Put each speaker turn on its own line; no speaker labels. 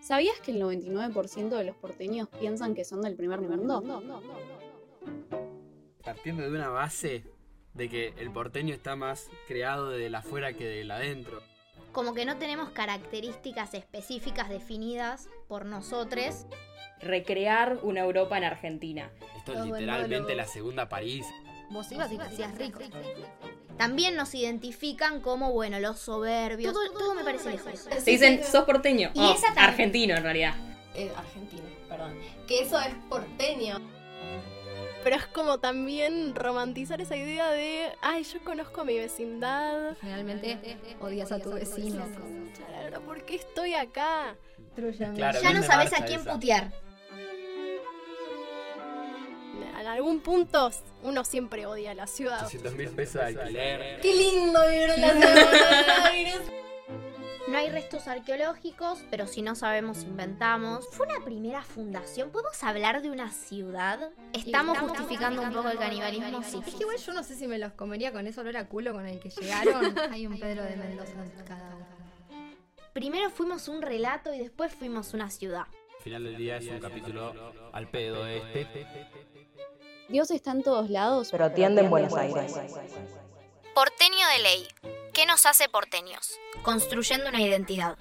¿Sabías que el 99% de los porteños piensan que son del primer mundo?
Partiendo de una base de que el porteño está más creado de la afuera que del adentro.
Como que no tenemos características específicas definidas por nosotros.
Recrear una Europa en Argentina.
Esto es literalmente la segunda París.
Vos ibas y te hacías rico.
También nos identifican como, bueno, los soberbios. Todo, todo me parece lejos.
Te dicen, sos porteño.
Y
Oh,
esa también.
argentino en realidad.
eh, argentino, perdón, que eso es porteño.
Pero es como también romantizar esa idea de, ay, yo conozco a mi vecindad.
Generalmente odias a tu vecino.
Claro, ¿por qué estoy acá?
Claro,
Ya
bien
no
de
sabes
marcha
a quién
esa.
putear.
En algún punto uno siempre odia la ciudad.
800 mil pesos de alquiler.
Qué lindo vieron la ciudad de Buenos Aires.
No hay restos arqueológicos, pero si no sabemos, inventamos. Fue una primera fundación. ¿Podemos hablar de una ciudad? Estamos, justificando un poco el canibalismo. Sí.
Es que igual yo no sé si me los comería con ese olor a culo con el que llegaron. Hay un Pedro de Mendoza en cada uno.
Primero fuimos un relato y después fuimos una ciudad.
Al final del día es un capítulo al pedo este.
Dios está en todos lados,
pero atiende en Buenos Aires.
Porteño de ley. ¿Qué nos hace porteños? Construyendo una identidad.